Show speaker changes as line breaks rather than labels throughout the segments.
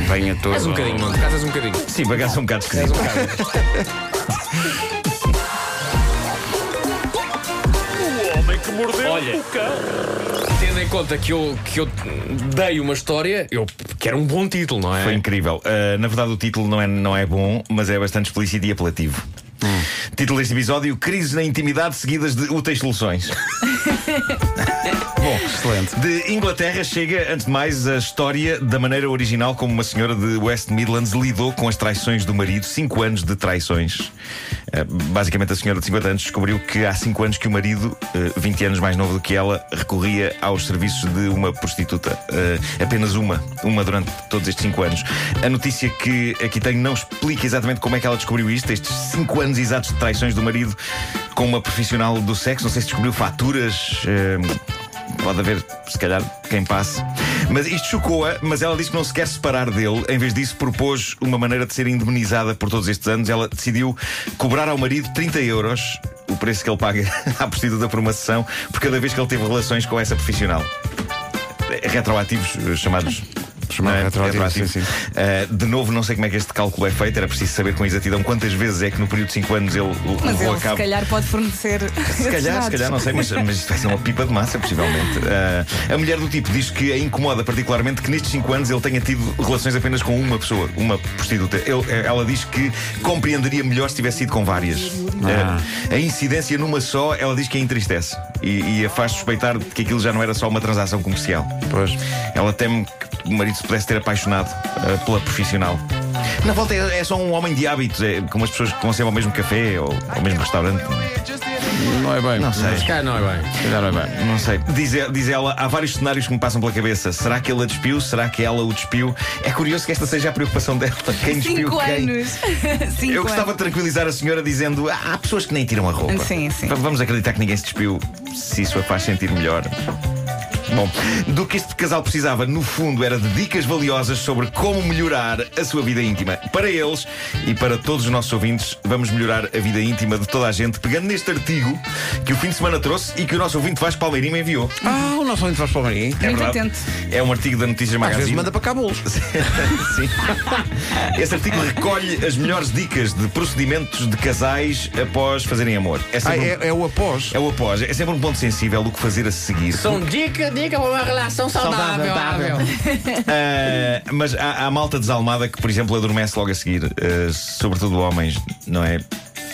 apanha todo.
Mais um bocadinho, Nuno. Casas um bocadinho.
Sim, bagaço um bocado
Mais
esquisito.
um bocado. Olha, tendo em conta que eu, que eu dei uma história, eu quero um bom título, não é?
Foi incrível. Uh, na verdade, o título não é, não é bom, mas é bastante explícito e apelativo. Título deste episódio: Crises na intimidade seguidas de úteis soluções. bom,
Excelente.
De Inglaterra chega, antes de mais, a história da maneira original como uma senhora de West Midlands lidou com as traições do marido. Cinco anos de traições. Eh, Basicamente, a senhora de 50 anos descobriu que há cinco anos que o marido, eh, 20 anos mais novo do que ela, recorria aos serviços de uma prostituta. Eh, Apenas uma. Uma durante todos estes cinco anos. A notícia que aqui tenho não explica exatamente como é que ela descobriu isto, estes cinco anos exatos de traições do marido com uma profissional do sexo. Não sei se descobriu faturas. eh, Pode haver, se calhar, quem passe. Mas isto chocou-a, mas ela disse que não se quer separar dele. Em vez disso, propôs uma maneira de ser indemnizada por todos estes anos. Ela decidiu cobrar ao marido 30 euros, o preço que ele paga à prostituta por uma sessão, por cada vez que ele teve relações com essa profissional. Retroativos eh, chamados.
Chamados
não é?
retroativos, sim, sim.
Eh, de novo, não sei como é que este cálculo é feito, era preciso saber com exatidão quantas vezes é que no período de 5 anos ele
Mas
levou
ele
a
se
cabo.
calhar pode fornecer.
Se calhar, se calhar, não sei, mas, mas isto vai ser uma pipa de massa, possivelmente. Ah, a mulher do tipo diz que a incomoda particularmente que nestes 5 anos ele tenha tido relações apenas com uma pessoa, uma prostituta. Ele- ela diz que compreenderia melhor se tivesse sido com várias. Ah, a incidência numa só, ela diz que a entristece e, e a faz suspeitar de que aquilo já não era só uma transação comercial.
Pois.
Ela teme que o marido se pudesse ter apaixonado ah, pela profissional. Na volta é, é só um homem de hábitos, é como as pessoas que vão sempre ao mesmo café ou ao mesmo restaurante.
Não é bem.
Não sei.
Mas cá não é bem.
Se calhar não é bem.
Não sei. Diz, e- diz ela, há vários cenários que me passam pela cabeça. Será que ele a despiu? Será que ela o despiu? É curioso que esta seja a preocupação dela. Quem despiu
Cinco
quem?
anos. Cinco
é. Eu gostava
anos.
de tranquilizar a senhora dizendo: "Ah, há pessoas que nem tiram a roupa.
Sim, sim.
V- Vamos acreditar que ninguém se despiu, se isso a faz sentir melhor. Bom, do que este casal precisava, no fundo, era de dicas valiosas sobre como melhorar a sua vida íntima. Para eles e para todos os nossos ouvintes, vamos melhorar a vida íntima de toda a gente, pegando neste artigo que o fim de semana trouxe e que o nosso ouvinte Vasco Palmeirim enviou.
Ah, o nosso ouvinte faz para mim.
É
Muito
verdade.
atento.
É um artigo da Notícias
Às
Magazine.
vezes manda para cá bolos.
Sim. Esse artigo recolhe as melhores dicas de procedimentos de casais após fazerem amor. É,
Ah,
sempre um-
é, é o após.
é o após. É sempre um ponto sensível o que fazer a seguir.
São dica, dica para uma relação saudável.
Saudável.
Ah, mas há, há malta desalmada que, por exemplo, adormece logo a seguir. Ah, sobretudo homens, não é?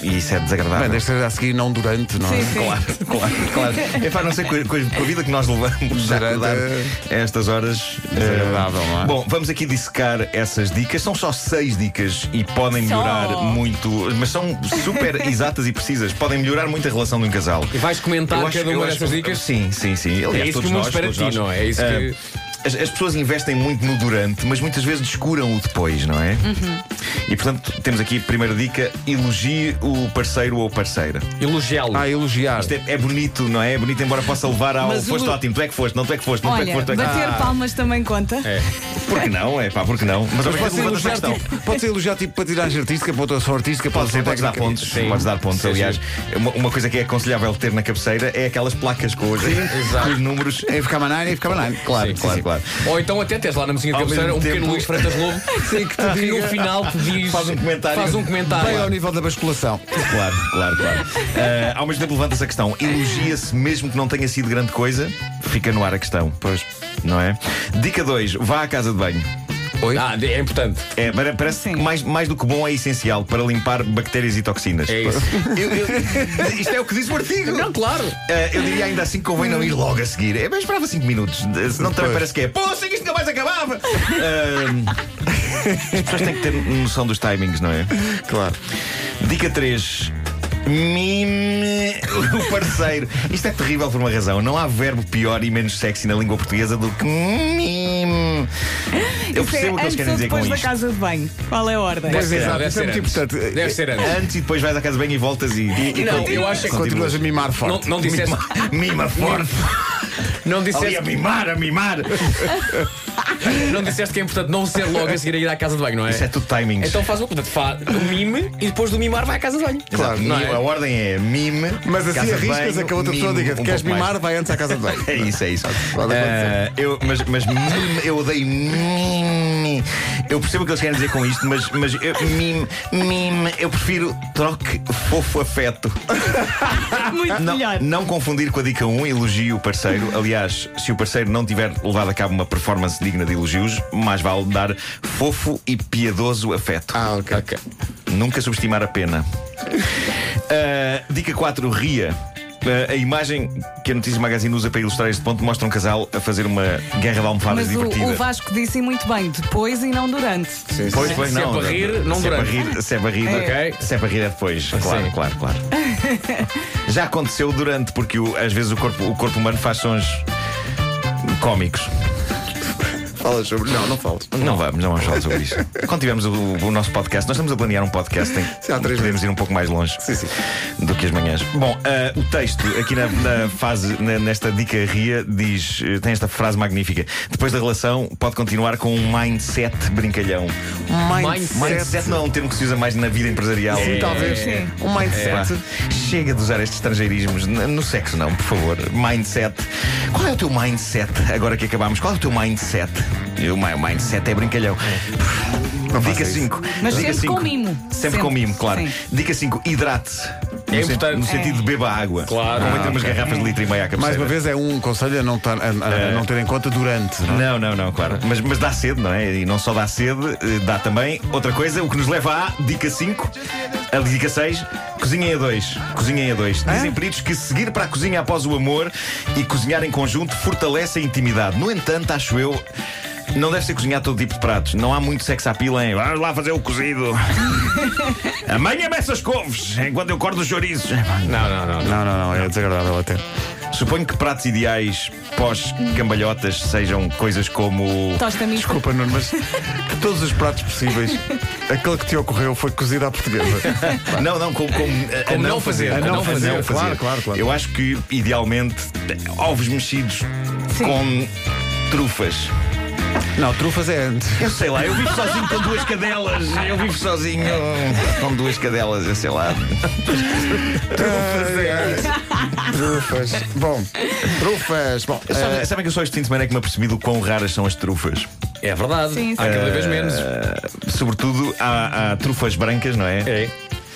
E isso é
Bem,
desagradável.
Ah, deve ser a seguir, não durante, não é?
Sim, sim.
Claro, claro, claro. É pá, não sei, com a, com a- com a vida que nós levamos a
Durante-
acordar a estas horas.
Desagradável,
eh,
não é?
Bom, vamos aqui dissecar essas dicas. São só seis dicas e podem
Só.
melhorar muito, mas são super exatas e precisas. Podem melhorar muito a relação de um casal.
E vais comentar cada
eu
uma dessas dicas? É
Sim, sim, sim. Aliás,
isso que
todos
o mundo
nós,
espera
todos
de ti,
nós.
não é? É isso que-
Ah, as, as pessoas investem muito no durante, mas muitas vezes descuram o depois, não é? E portanto, temos aqui a primeira dica: elogie o parceiro ou parceira.
Elogiá-lo.
Ah, elogiar.
Isto é, é bonito, não é? É bonito, embora possa levar ao
Mas o-
foste ótimo, tu é que foste, não tu é que foste, não tu é que
Olha,
foste, tu é que
bater
Ah,
palmas também conta.
Porque não, é pá, porque não? Mas, ao
Mas
mesmo
pode ser,
tempo levantas a
elogiar,
questão.
tipo, pode ser elogiar tipo para tiragem artística, para pontuação artística,
Pode ser,
para
podes dar pontos, podes dar pontos.
Sim,
Aliás, uma, uma coisa que é aconselhável ter na cabeceira é aquelas placas com os, com os números.
É ficar manana, é ficar manana. Claro,
Sim, claro, claro.
Ou então até tens lá na mocinha de
Ao
cabeceira um
mesmo
pequeno
tempo-
Luís Freitas Lobo que, no final te diz.
Faz um comentário.
Faz um comentário.
Bem ao nível da basculação.
Claro, claro, claro. Ah, ao mesmo tempo levanta-se a questão. Elogia-se mesmo que não tenha sido grande coisa, fica no ar a questão. Pois. Não é? Dica 2: vá à casa de banho.
Oi?
Ah, é importante.
É, para- parece
Sim.
que mais, mais do que bom é essencial para limpar bactérias e toxinas.
É isso.
Eu- eu- isto é o que diz o artigo.
Não, claro.
Eh, eu diria ainda assim que convém não ir logo a seguir. Eu esperava 5 minutos. Eh, Senão também
Pois.
parece que é. Pô, sei que isto ainda mais acabava! Ah, Eh, as pessoas têm que ter noção dos timings, não é?
Claro.
Dica 3. Mime o parceiro. Isto é terrível por uma razão. Não há verbo pior e menos sexy na língua portuguesa do que mime. Eu
Isso
percebo
é
o que eles
antes
querem
ou
dizer com
depois da
isto.
casa de banho. Qual é a ordem?
Deve
Pois
ser,
exato, isso
deve
é
ser
muito
antes.
importante.
Deve ser antes.
Antes e depois vais à casa bem e voltas e. e- e
Não,
continua.
eu acho é que-
Continuas a mimar
Não,
forte.
não disseste.
Mima, mima forte.
Não
Ali
disseste,
a mimar, a mimar.
não disseste que é importante não ser logo a seguir a ir à casa de banho, não é?
Isso é tudo timings.
Então faz uma portanto, faz o mime e depois do mimar vai à casa de banho.
Exato.
não
Mi-
é?
A ordem é mime.
Mas assim
casa de
arriscas
banho,
a que a outra pessoa
mime
diga:
um
queres
pouco mais.
mimar, vai antes à casa de banho.
É isso, é isso.
Pode
Ah, eu, mas mas mime, eu odeio mime. mim. Eu percebo o que eles querem dizer com isto, mas, mas eu, mime, mime, eu prefiro troque fofo afeto.
Muito
Não,
Ah, melhor.
não confundir com a dica 1, elogie o parceiro. Aliás, se o parceiro não tiver levado a cabo uma performance digna de elogios, mais vale dar fofo e piedoso afeto.
Ah, ok.
Nunca subestimar a pena. Uh, dica 4, ria. Uh, a imagem que a Notícia Magazine usa para ilustrar este ponto mostra um casal a fazer uma guerra de almofadas
Mas
divertida.
o, o Vasco disse muito bem, depois e não durante.
Pois, pois,
Se é
não.
para rir, não
se é para
durante.
rir, se é para rir,
É.
ok? Se é para rir é depois, claro,
Sim.
claro, claro. Já aconteceu durante, porque o- às vezes o corpo, o corpo humano faz sons cómicos.
Fala sobre. Não, não falas.
Não vamos, não vamos falar sobre isso. Quando tivermos o, o nosso podcast, nós estamos a planear um podcast em que
Sim, há três
podemos ir um pouco mais longe
Sim, sim.
do que as manhãs. Bom, ah, o texto aqui na, na fase, na- nesta dica ria, diz, eh, tem esta frase magnífica. Depois da relação, pode continuar com um mindset brincalhão.
Mindset.
Mindset não é um termo que se usa mais na vida empresarial.
Sim,
É.
talvez.
Sim.
Um
Pá,
mindset.
É. Chega de usar estes estrangeirismos n- no sexo, não, por favor. Mindset. Qual é o teu mindset agora que acabámos? Qual é o teu mindset? E O meu mindset é brincalhão. Dica
isso.
5.
Mas
Dica
sempre com
cinco.
mimo.
Sempre,
Sempre.
com mimo, claro.
Sim. É.
Dica 5.
É
Hidrate-se. No sen-
importante.
No sentido de beba água.
Claro.
Não
Ah,
meter umas garrafas de litro e meio à cabeceira.
Mais uma vez é um conselho a não, tar- a- a- a não ter em conta durante. Não? é?
Não, não, não, claro. Mas, mas dá sede, não é? E não só dá sede, eh, dá também outra coisa, o que nos leva à dica 5, a dica 6, cozinhem a dois. Cozinhem a dois. Dizem peritos que seguir para a cozinha após o amor e cozinhar em conjunto fortalece a intimidade. No entanto, acho eu. Não deve ser cozinhar todo tipo de pratos. Não há muito sexo à pila em. Vamos lá fazer o cozido. Amanhã-me essas couves, enquanto eu corto os chouriços.
Não, não, não. não.
Não, não, não, é desagradável até.
Suponho que pratos ideais pós-cambalhotas sejam coisas como.
Tosta mim.
Desculpa, Nuno, mas de todos os pratos possíveis, aquele que te ocorreu foi cozido à portuguesa.
Não, não, como, como, a- a
Como não fazer,
A não, fazer,
claro, claro, claro.
Eu acho que, idealmente, ovos mexidos
Sim.
com trufas.
Não, trufas é antes.
Eu sei lá, eu vivo sozinho com duas cadelas. Eu vivo sozinho com duas cadelas, eu sei lá.
Trufas. Bom, trufas. Bom,
Sabem
eh,
sabem que eu só este fim de semana é que me apercebi do quão raras são as trufas.
É verdade.
Sim,
Há
sim.
cada vez menos.
Ah, sobretudo, há, há trufas brancas, não é?
É. Eh,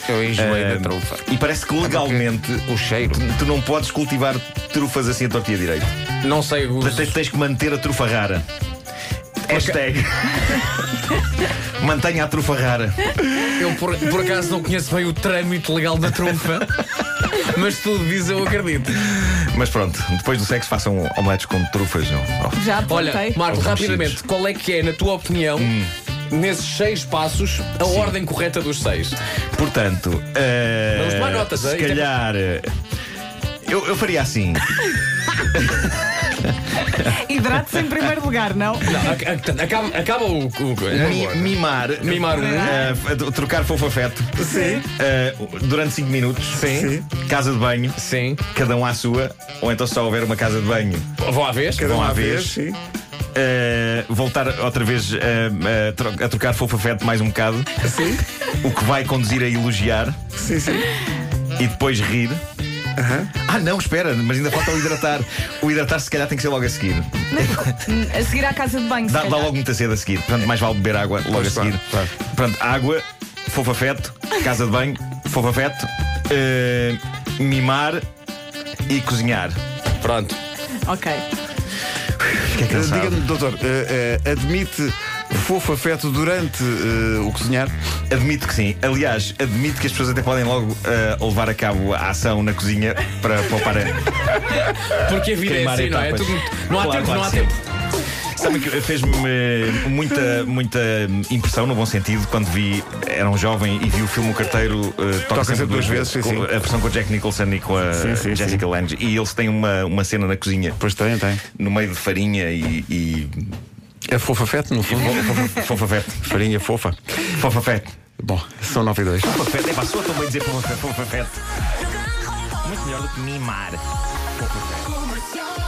eu enjoei
Ah,
da trufa.
E parece que legalmente
O cheiro.
tu- tu não podes cultivar trufas assim a torta e a direito.
Não sei o.
Portanto, tens, tens que manter a trufa rara. Hashtag. Mantenha a trufa rara.
Eu por, por acaso não conheço bem o trâmite legal da trunfa, mas tudo diz eu acredito.
Mas pronto, depois do sexo façam omeletes com trufas. Não? Oh.
Já apontei.
Olha, Marco,
Os
rapidamente, qual é que é, na tua opinião, nesses seis passos, a ordem correta dos seis?
Portanto, eh,
Vamos tomar notas,
se
eh? Isto é-
calhar. eh, Eu, eu faria assim.
Hidrate-se em primeiro lugar, não?
Não, a- a- acaba, acaba o. o-
Mi- mimar.
Mimar um.
eh, f- trocar fofo afeto.
Sim.
Eh, durante 5 minutos.
Sim.
Casa de banho.
Sim.
Cada um à sua. Ou então só houver uma casa de banho.
Vão um à vez?
Vão à
vez,
vez. Eh, voltar outra vez eh, a tro- a trocar fofo afeto mais um bocado.
Sim,
O que vai conduzir a elogiar
sim, sim.
e depois rir. Ah, não, espera, mas ainda falta o hidratar. O hidratar, se calhar, tem que ser logo a seguir.
Hum, A seguir à casa de banho. se
Dá, dá
calhar.
logo muita sede a seguir. Portanto, mais vale beber água logo
Pois,
a seguir.
claro,
Portanto, água, fofo afeto, casa de banho, fofo afeto, eh, mimar e cozinhar.
Pronto.
Ok.
Fiquei
Eh,
cansado.
Diga-me, doutor, eh, eh, admite fofo afeto durante eh, o cozinhar?
Admito que sim. Aliás, admito que as pessoas até podem logo eh, levar a cabo a ação na cozinha para poupar a,
Porque a vida
Queimar
é assim, não é?
etapas.
Tudo- não há
Claro,
tempo,
claro
não há
que
tempo.
Sabe que fez-me eh, muita, muita impressão, no bom sentido, quando vi, era um jovem e vi o filme O Carteiro eh, Toca,
Toca Sempre Duas Vezes, sim,
com-
sim.
a versão com o Jack Nicholson e com a
Sim, sim,
Jessica Lange. E eles têm uma, uma cena na cozinha,
Pois tem, tem.
no meio de farinha e. e...
É fofo afeto, no fundo.
Fofafete.
Farinha fofa.
Fofafete.
Bom, são 9 e 2.
Fofafete. É pá, soa tão bem dizer fofafete. Muito melhor do que mimar.
comercial.